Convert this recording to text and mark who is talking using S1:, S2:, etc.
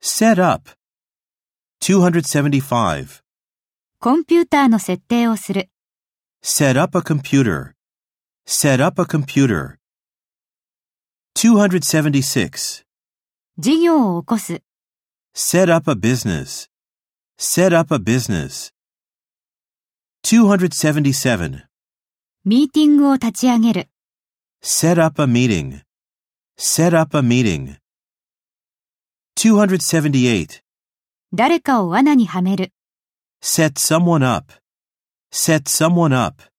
S1: Set up. 275.
S2: コンピューターの設定をする。
S1: Set up a computer. Set up a computer. 276.
S2: 事業を起こす。
S1: Set up a business. Set up a business. 277.
S2: ミーティングを立ち上げる。
S1: Set up a meeting. Set up a meeting. 278.
S2: 誰かを罠にはめる。
S1: Set someone up. Set someone up.